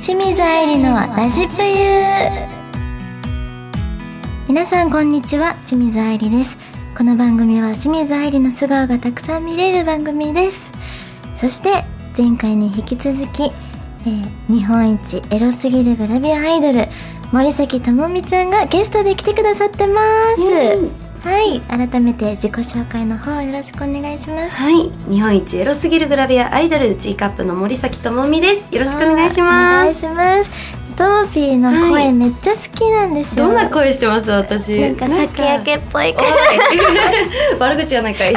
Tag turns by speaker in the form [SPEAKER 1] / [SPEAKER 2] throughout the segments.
[SPEAKER 1] 清水愛理のラジプユ皆さんこんにちは清水愛理ですこの番組は清水愛理の素顔がたくさん見れる番組ですそして前回に引き続き、えー日本一エロすぎるグラビアアイドル森崎智美ちゃんがゲストで来てくださってます、はい改めて自己紹介の方よろしくお願いします
[SPEAKER 2] はい、日本一エロすぎるグラビアアイドル G カップの森崎智美です。よろしくお願いします。
[SPEAKER 1] お願いしますトーピーの
[SPEAKER 2] は
[SPEAKER 1] 声
[SPEAKER 2] い
[SPEAKER 1] めっちゃ好きなんですよ、
[SPEAKER 2] どんな声してます私。
[SPEAKER 1] なんか先焼けっぽい
[SPEAKER 2] お
[SPEAKER 1] 声
[SPEAKER 2] い 悪口じゃないかい。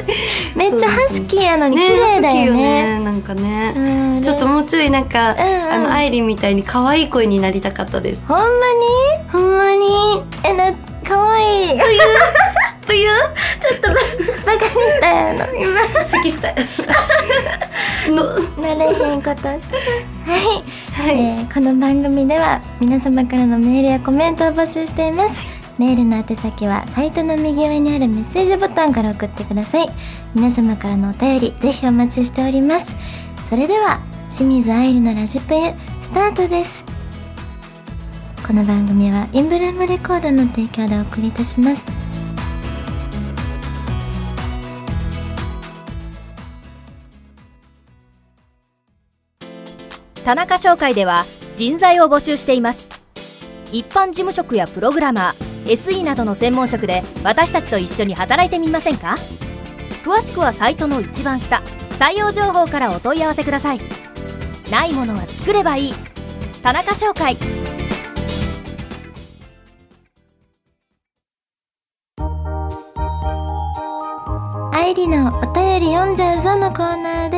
[SPEAKER 1] めっちゃハスキーやのに綺麗だよね
[SPEAKER 2] ね。なんか
[SPEAKER 1] う
[SPEAKER 2] ね、
[SPEAKER 1] ん
[SPEAKER 2] ちょっともうちょいなんか、
[SPEAKER 1] んうん
[SPEAKER 2] あのアイリンみたいに可愛い声になりたかったです。
[SPEAKER 1] ほんまに
[SPEAKER 2] ほんまに。
[SPEAKER 1] えな可愛いい
[SPEAKER 2] ぷゆ。
[SPEAKER 1] バカにしたやの今
[SPEAKER 2] 咳したい。 の。
[SPEAKER 1] なれへんことしてはい
[SPEAKER 2] は
[SPEAKER 1] え
[SPEAKER 2] い。
[SPEAKER 1] ーこの番組では皆様からのメールやコメントを募集していますメールの宛先はサイトの右上にあるメッセージボタンから送ってください皆様からのお便りぜひお待ちしておりますそれでは清水愛理のラジプユスタートですこの番組はインブルームレコードの提供でお送りいたします
[SPEAKER 3] 田中商会では人材を募集しています一般事務職やプログラマー SE などの専門職で私たちと一緒に働いてみませんか詳しくはサイトの一番下採用情報からお問い合わせくださいないものは作ればいい田中商会
[SPEAKER 1] 愛理のお便り読んじゃうぞのコーナーで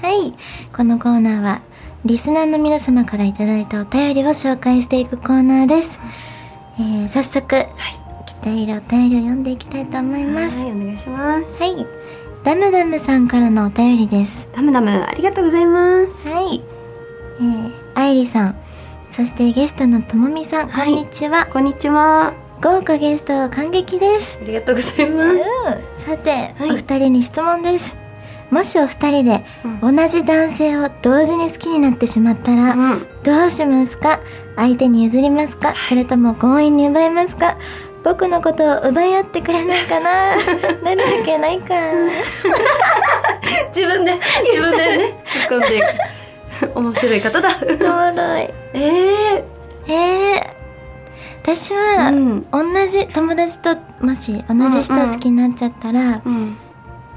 [SPEAKER 1] す。はい。このコーナーは、リスナーの皆様からいただいたお便りを紹介していくコーナーです。えー、早速、来ているお便りを読んでいきたいと思います。
[SPEAKER 2] は、
[SPEAKER 1] はい
[SPEAKER 2] お願いします。
[SPEAKER 1] い。ダムダムさんからのお便りです。
[SPEAKER 2] ダムダムありがとうございます。
[SPEAKER 1] はい。えー、愛理さん、そしてゲストのともみさん、
[SPEAKER 2] はい
[SPEAKER 1] こんにちは。
[SPEAKER 2] こんにちは。
[SPEAKER 1] 豪華ゲストを感激です。
[SPEAKER 2] ありがとうございます。
[SPEAKER 1] さて、
[SPEAKER 2] はい
[SPEAKER 1] お二人に質問ですもしお二人で
[SPEAKER 2] う
[SPEAKER 1] 同じ男性を同時に好きになってしまったら、
[SPEAKER 2] うん。
[SPEAKER 1] どうしますか相手に譲りますか、それとも強引に奪いますか僕のことを奪い合ってくれないかな なるわけないか
[SPEAKER 2] 自分で自分でね突っ込んでいく面白い方だ
[SPEAKER 1] お もろい
[SPEAKER 2] ええ
[SPEAKER 1] えー、私は、
[SPEAKER 2] うん
[SPEAKER 1] 同じ友達ともし同じ人を好きになっちゃったら、
[SPEAKER 2] うん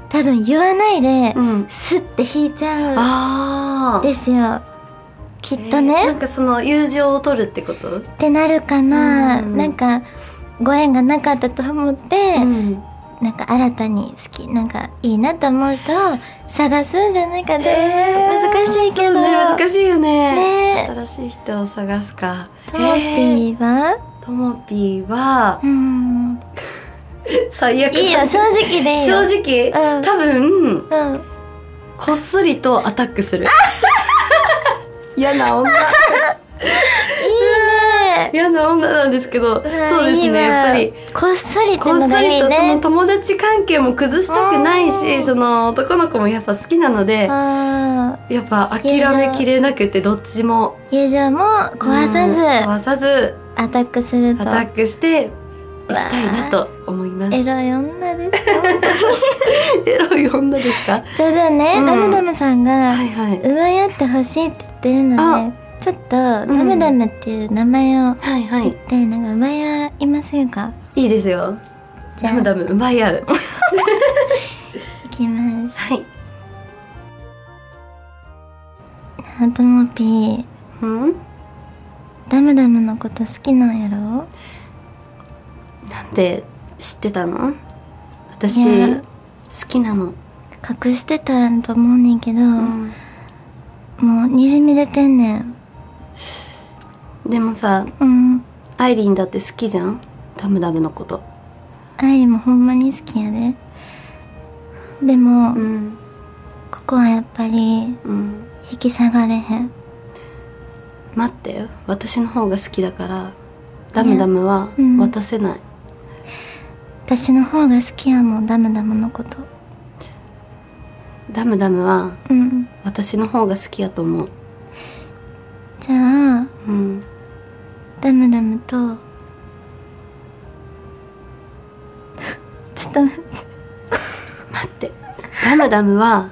[SPEAKER 1] 多分言わないで、
[SPEAKER 2] うん
[SPEAKER 1] スッて引いちゃう
[SPEAKER 2] ああ
[SPEAKER 1] ですよきっとね、
[SPEAKER 2] なんかその友情を取るってこと
[SPEAKER 1] ってなるかな、
[SPEAKER 2] うん
[SPEAKER 1] なんかご縁がなかったと思って、
[SPEAKER 2] ん
[SPEAKER 1] なんか新たに好きなんかいいなと思う人を探すんじゃないかな、難しいけど
[SPEAKER 2] そうね難しいよね
[SPEAKER 1] ね
[SPEAKER 2] 新しい人を探すか
[SPEAKER 1] トモピ
[SPEAKER 2] えー
[SPEAKER 1] ーは、
[SPEAKER 2] ともぴーは
[SPEAKER 1] うん
[SPEAKER 2] 最悪だ
[SPEAKER 1] いいよ正直でいいよ
[SPEAKER 2] 正直、
[SPEAKER 1] うん
[SPEAKER 2] 多分
[SPEAKER 1] 直、うん、
[SPEAKER 2] こっそりとアタックする嫌な女
[SPEAKER 1] いいね
[SPEAKER 2] 嫌な女なんですけどそう
[SPEAKER 1] わあ
[SPEAKER 2] ですね
[SPEAKER 1] いいわ
[SPEAKER 2] やっぱり
[SPEAKER 1] こっそりって
[SPEAKER 2] こっ
[SPEAKER 1] の
[SPEAKER 2] そ
[SPEAKER 1] がい
[SPEAKER 2] り
[SPEAKER 1] い
[SPEAKER 2] とその
[SPEAKER 1] ね
[SPEAKER 2] 友達関係も崩したくない
[SPEAKER 1] うん
[SPEAKER 2] しその男の子もやっぱ好きなので
[SPEAKER 1] あ
[SPEAKER 2] やっぱ諦めきれなくてどっちも
[SPEAKER 1] ー友情も壊さず、
[SPEAKER 2] うん
[SPEAKER 1] ア
[SPEAKER 2] 壊さず
[SPEAKER 1] タックすると
[SPEAKER 2] アタックしていきたいなと思います
[SPEAKER 1] エロい女ですよ
[SPEAKER 2] エロい女ですか
[SPEAKER 1] それではね、
[SPEAKER 2] うん
[SPEAKER 1] ダムダムさんが、
[SPEAKER 2] はいはい
[SPEAKER 1] 奪い合ってほしいって言ってるの
[SPEAKER 2] あ
[SPEAKER 1] でちょっとダムダムっていう名前を
[SPEAKER 2] はいは
[SPEAKER 1] 言っ
[SPEAKER 2] い
[SPEAKER 1] て、なんか奪い合いませんか
[SPEAKER 2] いいですよ
[SPEAKER 1] じゃあ
[SPEAKER 2] ダムダム奪い合う
[SPEAKER 1] いきます
[SPEAKER 2] はい
[SPEAKER 1] ハトモピー
[SPEAKER 2] うん
[SPEAKER 1] ダムダムのこと好きなんやろ
[SPEAKER 2] なんで知ってたの私
[SPEAKER 1] いや
[SPEAKER 2] 好きなの
[SPEAKER 1] 隠してたんと思うねんけど、
[SPEAKER 2] うん
[SPEAKER 1] もうにじみ出てんねん
[SPEAKER 2] でもさ
[SPEAKER 1] うん
[SPEAKER 2] アイリンだって好きじゃんダムダムのこと
[SPEAKER 1] 愛理もほんまに好きやででも、
[SPEAKER 2] うん
[SPEAKER 1] ここはやっぱり
[SPEAKER 2] うん
[SPEAKER 1] 引き下がれへん
[SPEAKER 2] 待って私の方が好きだからダムダムは
[SPEAKER 1] うん
[SPEAKER 2] 渡せない、
[SPEAKER 1] 私の方が好きやもんダムダムのこと
[SPEAKER 2] ダムダムは
[SPEAKER 1] うん
[SPEAKER 2] 私の方が好きやと思う
[SPEAKER 1] じゃあ
[SPEAKER 2] うん
[SPEAKER 1] ダムダムとちょっと待って
[SPEAKER 2] 待ってダムダムは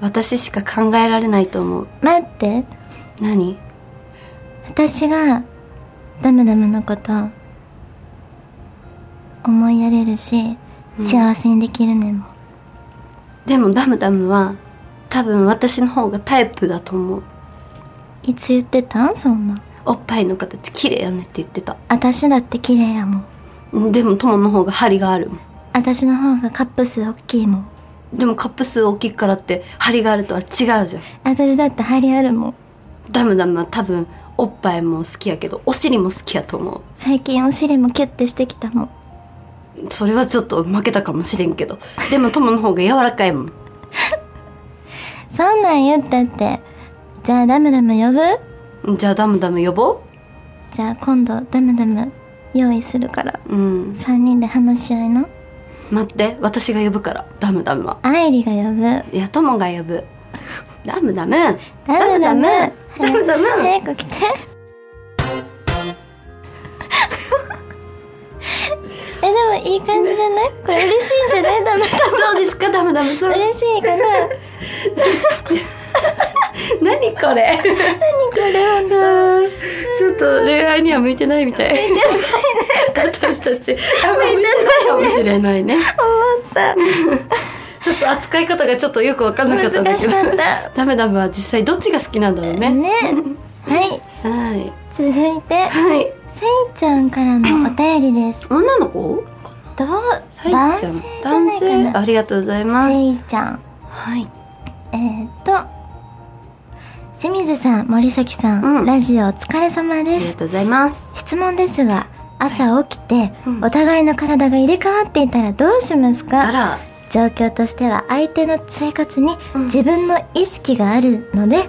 [SPEAKER 2] 私しか考えられないと思う
[SPEAKER 1] 待って
[SPEAKER 2] 何
[SPEAKER 1] 私がダムダムのこと思いやれるし、
[SPEAKER 2] うん
[SPEAKER 1] 幸せにできるねも
[SPEAKER 2] でもダムダムは多分私の方がタイプだと思う
[SPEAKER 1] いつ言ってたんそんな
[SPEAKER 2] おっぱいの形綺麗やねって言ってた
[SPEAKER 1] 私だって綺麗やもん
[SPEAKER 2] でもトモの方が針があるもん
[SPEAKER 1] 私の方がカップ数大きいもん
[SPEAKER 2] でもカップ数大きいからって針があるとは違うじゃん
[SPEAKER 1] 私だって針あるもん
[SPEAKER 2] ダムダムは多分おっぱいも好きやけどお尻も好きやと思
[SPEAKER 1] 最近お尻もキュッてしてきたもん
[SPEAKER 2] うそれはちょっと負けたかもしれんけどでもトモの方が柔らかいもん
[SPEAKER 1] そんなん言ったってじゃあダムダム呼ぶ
[SPEAKER 2] じゃあダムダム呼ぼ
[SPEAKER 1] じゃあ今度ダムダム用意するから
[SPEAKER 2] ううん
[SPEAKER 1] 3人で話し合いの
[SPEAKER 2] 待って私が呼ぶからダムダムは
[SPEAKER 1] 愛理が呼ぶ
[SPEAKER 2] いやトモが呼ぶダムダムダ
[SPEAKER 1] ダムダム
[SPEAKER 2] ダムダム
[SPEAKER 1] 早く来て えでもいい感じじゃないこれ嬉しいんじゃないダム
[SPEAKER 2] どうですかダムダムさ
[SPEAKER 1] ダ
[SPEAKER 2] ん
[SPEAKER 1] ム嬉しいかな何
[SPEAKER 2] 何こ れ
[SPEAKER 1] これ
[SPEAKER 2] ちょっと恋愛には向いてないみたい。私たち、あんまり向いてないかもしれないね。
[SPEAKER 1] 思った
[SPEAKER 2] ちょっと扱い方がちょっとよくわかんなかったんだ
[SPEAKER 1] 難
[SPEAKER 2] け
[SPEAKER 1] し
[SPEAKER 2] ど。
[SPEAKER 1] かった
[SPEAKER 2] ダメダメは実際どっちが好きなんだろうね。
[SPEAKER 1] ねはい
[SPEAKER 2] はい。
[SPEAKER 1] 続いて
[SPEAKER 2] はい。
[SPEAKER 1] せいちゃんからのお便りです
[SPEAKER 2] 女の子かな
[SPEAKER 1] どう
[SPEAKER 2] さい
[SPEAKER 1] 男
[SPEAKER 2] ち
[SPEAKER 1] 性じ
[SPEAKER 2] ゃん
[SPEAKER 1] ゃないか
[SPEAKER 2] 男性
[SPEAKER 1] な
[SPEAKER 2] ありがとうございます。
[SPEAKER 1] せいちゃん
[SPEAKER 2] はい。
[SPEAKER 1] えー、っと清水さん森崎さん、
[SPEAKER 2] うん
[SPEAKER 1] ラジオお疲れ様
[SPEAKER 2] あ
[SPEAKER 1] で
[SPEAKER 2] りが
[SPEAKER 1] す
[SPEAKER 2] とうございます。
[SPEAKER 1] 質問ですが朝起きて
[SPEAKER 2] うん
[SPEAKER 1] お互いの体が入れ替わっていたらどうします
[SPEAKER 2] あ
[SPEAKER 1] か、
[SPEAKER 2] ら、
[SPEAKER 1] 状況としては相手の生活に
[SPEAKER 2] うん
[SPEAKER 1] 自分の意識があるので、
[SPEAKER 2] はい。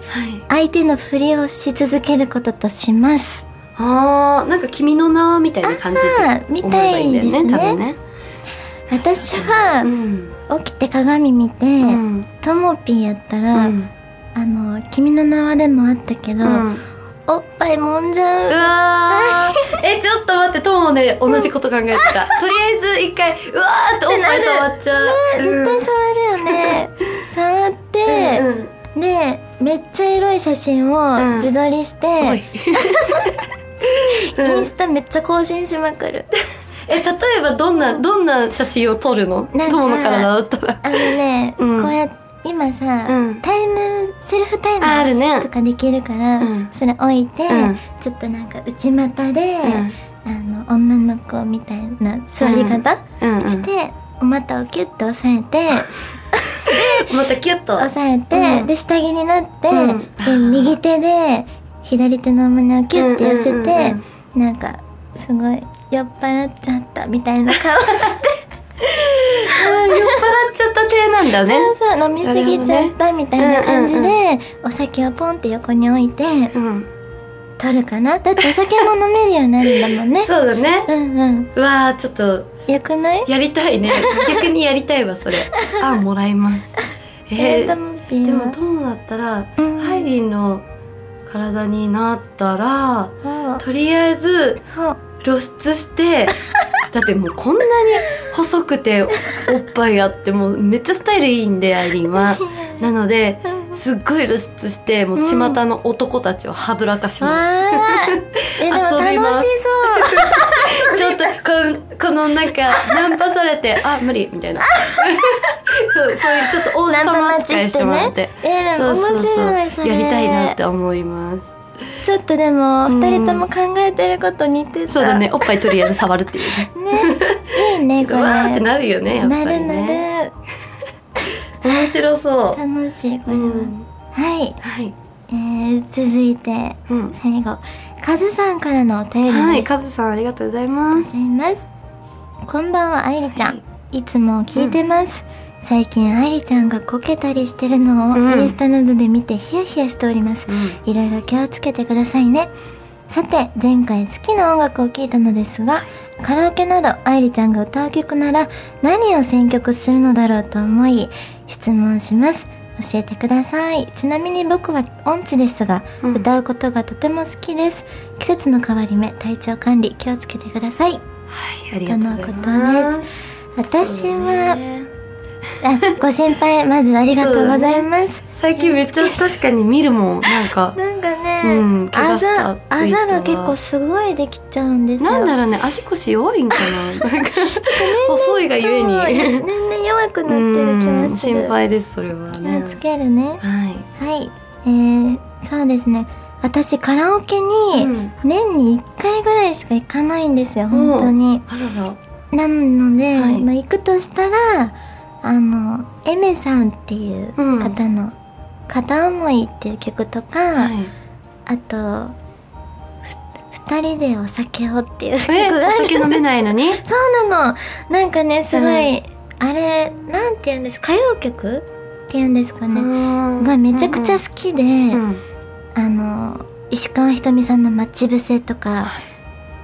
[SPEAKER 1] 相手のふりをし続けることとします
[SPEAKER 2] あー、なんか君の名はみたいな感じ
[SPEAKER 1] あー
[SPEAKER 2] で思えばいいんだよね、
[SPEAKER 1] み
[SPEAKER 2] 多
[SPEAKER 1] たい
[SPEAKER 2] 分
[SPEAKER 1] で
[SPEAKER 2] ね。
[SPEAKER 1] 私
[SPEAKER 2] う
[SPEAKER 1] は
[SPEAKER 2] ん。
[SPEAKER 1] 起きて鏡見て、
[SPEAKER 2] うん。
[SPEAKER 1] ともぴーやった
[SPEAKER 2] う
[SPEAKER 1] ら、
[SPEAKER 2] ん。
[SPEAKER 1] あの「君の名は」でもあったけど、
[SPEAKER 2] うん
[SPEAKER 1] おっぱいもんじ
[SPEAKER 2] う
[SPEAKER 1] ゃう
[SPEAKER 2] わーえちょっと待ってともね同じこと考えてた、とりあえず一回うわーっておっぱい触っちゃう、
[SPEAKER 1] 絶対触るよね触って、
[SPEAKER 2] うんうん
[SPEAKER 1] でめっちゃエロい写真
[SPEAKER 2] うん
[SPEAKER 1] を自撮りして、
[SPEAKER 2] おいうん
[SPEAKER 1] インスタめっちゃ更新しまくる
[SPEAKER 2] え例えばどんなどんな写真を撮るの
[SPEAKER 1] なんか
[SPEAKER 2] ともの体だったら
[SPEAKER 1] あのね、
[SPEAKER 2] うん
[SPEAKER 1] こうやって今さ、
[SPEAKER 2] うん
[SPEAKER 1] タイムセルフタイム
[SPEAKER 2] ああるね
[SPEAKER 1] とかできるから、
[SPEAKER 2] うん
[SPEAKER 1] それ置いて、
[SPEAKER 2] うん
[SPEAKER 1] ちょっとなんか内股で、あの女の子みたいな座り方、
[SPEAKER 2] うんうん
[SPEAKER 1] して、お股をキュッと押さえて
[SPEAKER 2] またキュッと
[SPEAKER 1] 押さえて、
[SPEAKER 2] うん
[SPEAKER 1] で下着になって、
[SPEAKER 2] うん
[SPEAKER 1] で右手で左手の胸をキュッて寄せて、
[SPEAKER 2] うんうんうん
[SPEAKER 1] なんかすごい酔っ払っちゃったみたいな顔して
[SPEAKER 2] あー酔っ払っちゃった手なんだね
[SPEAKER 1] そうそう飲みすぎちゃったみたいな感じで、
[SPEAKER 2] なる
[SPEAKER 1] お酒をポンって横に置いて
[SPEAKER 2] うん
[SPEAKER 1] 取るかなだってお酒も飲めるようになるんだもんね
[SPEAKER 2] そうだね
[SPEAKER 1] うんうん
[SPEAKER 2] うわーちょっと
[SPEAKER 1] よくない
[SPEAKER 2] やり たいね逆にやりたいわそれあーもらいます
[SPEAKER 1] えー、
[SPEAKER 2] えー
[SPEAKER 1] ともぴ
[SPEAKER 2] で
[SPEAKER 1] ー
[SPEAKER 2] も
[SPEAKER 1] は
[SPEAKER 2] トモだったら、
[SPEAKER 1] うん
[SPEAKER 2] ハイリンの体になったら
[SPEAKER 1] ほう
[SPEAKER 2] とりあえず
[SPEAKER 1] ほう
[SPEAKER 2] 露出して だってもうこんなに細くておっぱいあってもうめっちゃスタイルいいんでアイリンはなので
[SPEAKER 1] うん
[SPEAKER 2] すっごい露出してもう巷の男たちをはぶらかし
[SPEAKER 1] わ
[SPEAKER 2] ます、
[SPEAKER 1] ーいえでも
[SPEAKER 2] 遊びま
[SPEAKER 1] 楽
[SPEAKER 2] す
[SPEAKER 1] しそう
[SPEAKER 2] ちょっとこのこのなんかナンパさ れてあ無理みたいなそうそういうちょっと王
[SPEAKER 1] ナンパ
[SPEAKER 2] 様
[SPEAKER 1] 待ち
[SPEAKER 2] 扱い
[SPEAKER 1] し
[SPEAKER 2] しててもらっ
[SPEAKER 1] ね
[SPEAKER 2] て。
[SPEAKER 1] えー、でも面白いそれ
[SPEAKER 2] やりたいなって思います
[SPEAKER 1] ちょっとでも
[SPEAKER 2] うん
[SPEAKER 1] 二人とも考えてること似てた
[SPEAKER 2] そうだね、
[SPEAKER 1] ね
[SPEAKER 2] おっぱいとりあえず触るっていうね。
[SPEAKER 1] いいねこ
[SPEAKER 2] う
[SPEAKER 1] れ
[SPEAKER 2] わーってなるよね、やっぱ
[SPEAKER 1] な
[SPEAKER 2] り
[SPEAKER 1] る
[SPEAKER 2] ね。
[SPEAKER 1] なる
[SPEAKER 2] 面白そう。
[SPEAKER 1] 楽しいこれは、
[SPEAKER 2] うん
[SPEAKER 1] はい、
[SPEAKER 2] はい。
[SPEAKER 1] えー、続いて
[SPEAKER 2] うん。
[SPEAKER 1] 最後カズさんからのお便りです、
[SPEAKER 2] はい、カズさんありがとうございま
[SPEAKER 1] ご
[SPEAKER 2] す
[SPEAKER 1] ざ。いますこんばんは愛理ちゃん、い、つも聞いてます、最近愛理ちゃんがこけたりしてるのを
[SPEAKER 2] うん
[SPEAKER 1] インスタなどで見てヒヤヒヤしております、
[SPEAKER 2] う
[SPEAKER 1] いろいろ気をつけてくださいねさて前回好きな音楽を聴いたのですがカラオケなど愛理ちゃんが歌う曲なら何を選曲するのだろうと思い質問します教えてくださいちなみに僕は音痴ですが、
[SPEAKER 2] うん
[SPEAKER 1] 歌うことがとても好きです季節の変わり目体調管理気をつけてください
[SPEAKER 2] はい、ありがとうございます。
[SPEAKER 1] 私は、
[SPEAKER 2] ね
[SPEAKER 1] あご心 配まずありがとうございます、
[SPEAKER 2] 最近めっちゃ確かに見るもん、なんか。
[SPEAKER 1] なんかね、
[SPEAKER 2] うん怪
[SPEAKER 1] あ
[SPEAKER 2] 我した
[SPEAKER 1] ざ
[SPEAKER 2] ツ
[SPEAKER 1] あ
[SPEAKER 2] イート
[SPEAKER 1] ざ
[SPEAKER 2] は
[SPEAKER 1] が結構すごいできちゃうんですよ
[SPEAKER 2] なんだろうね、足腰弱いんかな。なんか、細いがゆえ
[SPEAKER 1] そう
[SPEAKER 2] に。
[SPEAKER 1] 年々弱くなってる気が
[SPEAKER 2] うん
[SPEAKER 1] する
[SPEAKER 2] 心配です、それは
[SPEAKER 1] 気を
[SPEAKER 2] ね。
[SPEAKER 1] つけるね
[SPEAKER 2] はい。
[SPEAKER 1] はいえー、そうですね私カラオケに
[SPEAKER 2] うん
[SPEAKER 1] 年に1回ぐらいしか行かないんですよ、
[SPEAKER 2] うん
[SPEAKER 1] 本当に
[SPEAKER 2] あらら。
[SPEAKER 1] なので、
[SPEAKER 2] はい
[SPEAKER 1] まあ、行くとしたらあのエメさんっていう
[SPEAKER 2] うん
[SPEAKER 1] 方の「片思い」っていう曲とか、
[SPEAKER 2] はい。
[SPEAKER 1] あとふ「二人でお酒を」っていう曲
[SPEAKER 2] え、
[SPEAKER 1] があ
[SPEAKER 2] お
[SPEAKER 1] る
[SPEAKER 2] 酒飲めないのに。
[SPEAKER 1] そうなのなんかねすごい、
[SPEAKER 2] はい
[SPEAKER 1] あれなんて言うんです歌謡曲って いうんですかね、
[SPEAKER 2] が
[SPEAKER 1] がめちゃくちゃ好きで、
[SPEAKER 2] うん
[SPEAKER 1] あの石川ひとみさんの「待ち伏せ」とか、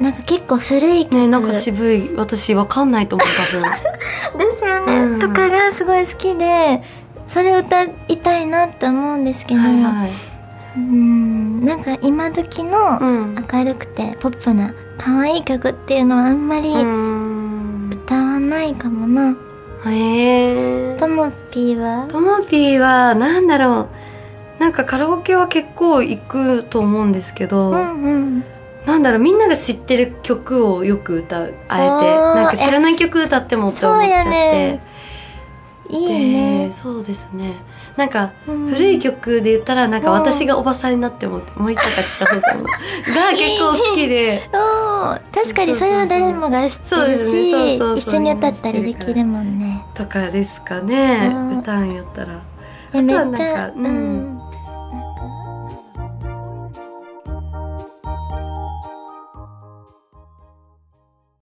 [SPEAKER 1] なんか結構古い曲
[SPEAKER 2] ね、なんか渋い、私わかんないと思う、多分。
[SPEAKER 1] ですよね、
[SPEAKER 2] うん
[SPEAKER 1] とかがすごい好きでそれ歌いたいなって思うんですけど、
[SPEAKER 2] はいはい。
[SPEAKER 1] うんなんか今時の
[SPEAKER 2] うん
[SPEAKER 1] 明るくてポップな可愛い曲っていうのはあんまり
[SPEAKER 2] うん。
[SPEAKER 1] 歌わないかもな、
[SPEAKER 2] へえ。
[SPEAKER 1] ともぴーは
[SPEAKER 2] ともぴーは、なんだろう。なんかカラオケは結構行くと思うんですけど、
[SPEAKER 1] うんうん
[SPEAKER 2] なんだろうみんなが知ってる曲をよく歌うあえ
[SPEAKER 1] おー
[SPEAKER 2] てなんか知らない曲歌ってもって思っちゃっ
[SPEAKER 1] そう
[SPEAKER 2] て、
[SPEAKER 1] やねい
[SPEAKER 2] で
[SPEAKER 1] いね、
[SPEAKER 2] そうですねなんか
[SPEAKER 1] うん
[SPEAKER 2] 古い曲で言ったらなんか
[SPEAKER 1] うん
[SPEAKER 2] 私がおばさんになっても森高千里さんのが結構好き で
[SPEAKER 1] おー確かにそれは誰もが知ってる
[SPEAKER 2] そうですねそう
[SPEAKER 1] し
[SPEAKER 2] そうそう
[SPEAKER 1] 一緒に歌ったりできるもんね
[SPEAKER 2] とかですかね
[SPEAKER 1] うん
[SPEAKER 2] 歌うんやったら
[SPEAKER 1] いやめ
[SPEAKER 2] とは
[SPEAKER 1] っちゃ
[SPEAKER 2] なんかうん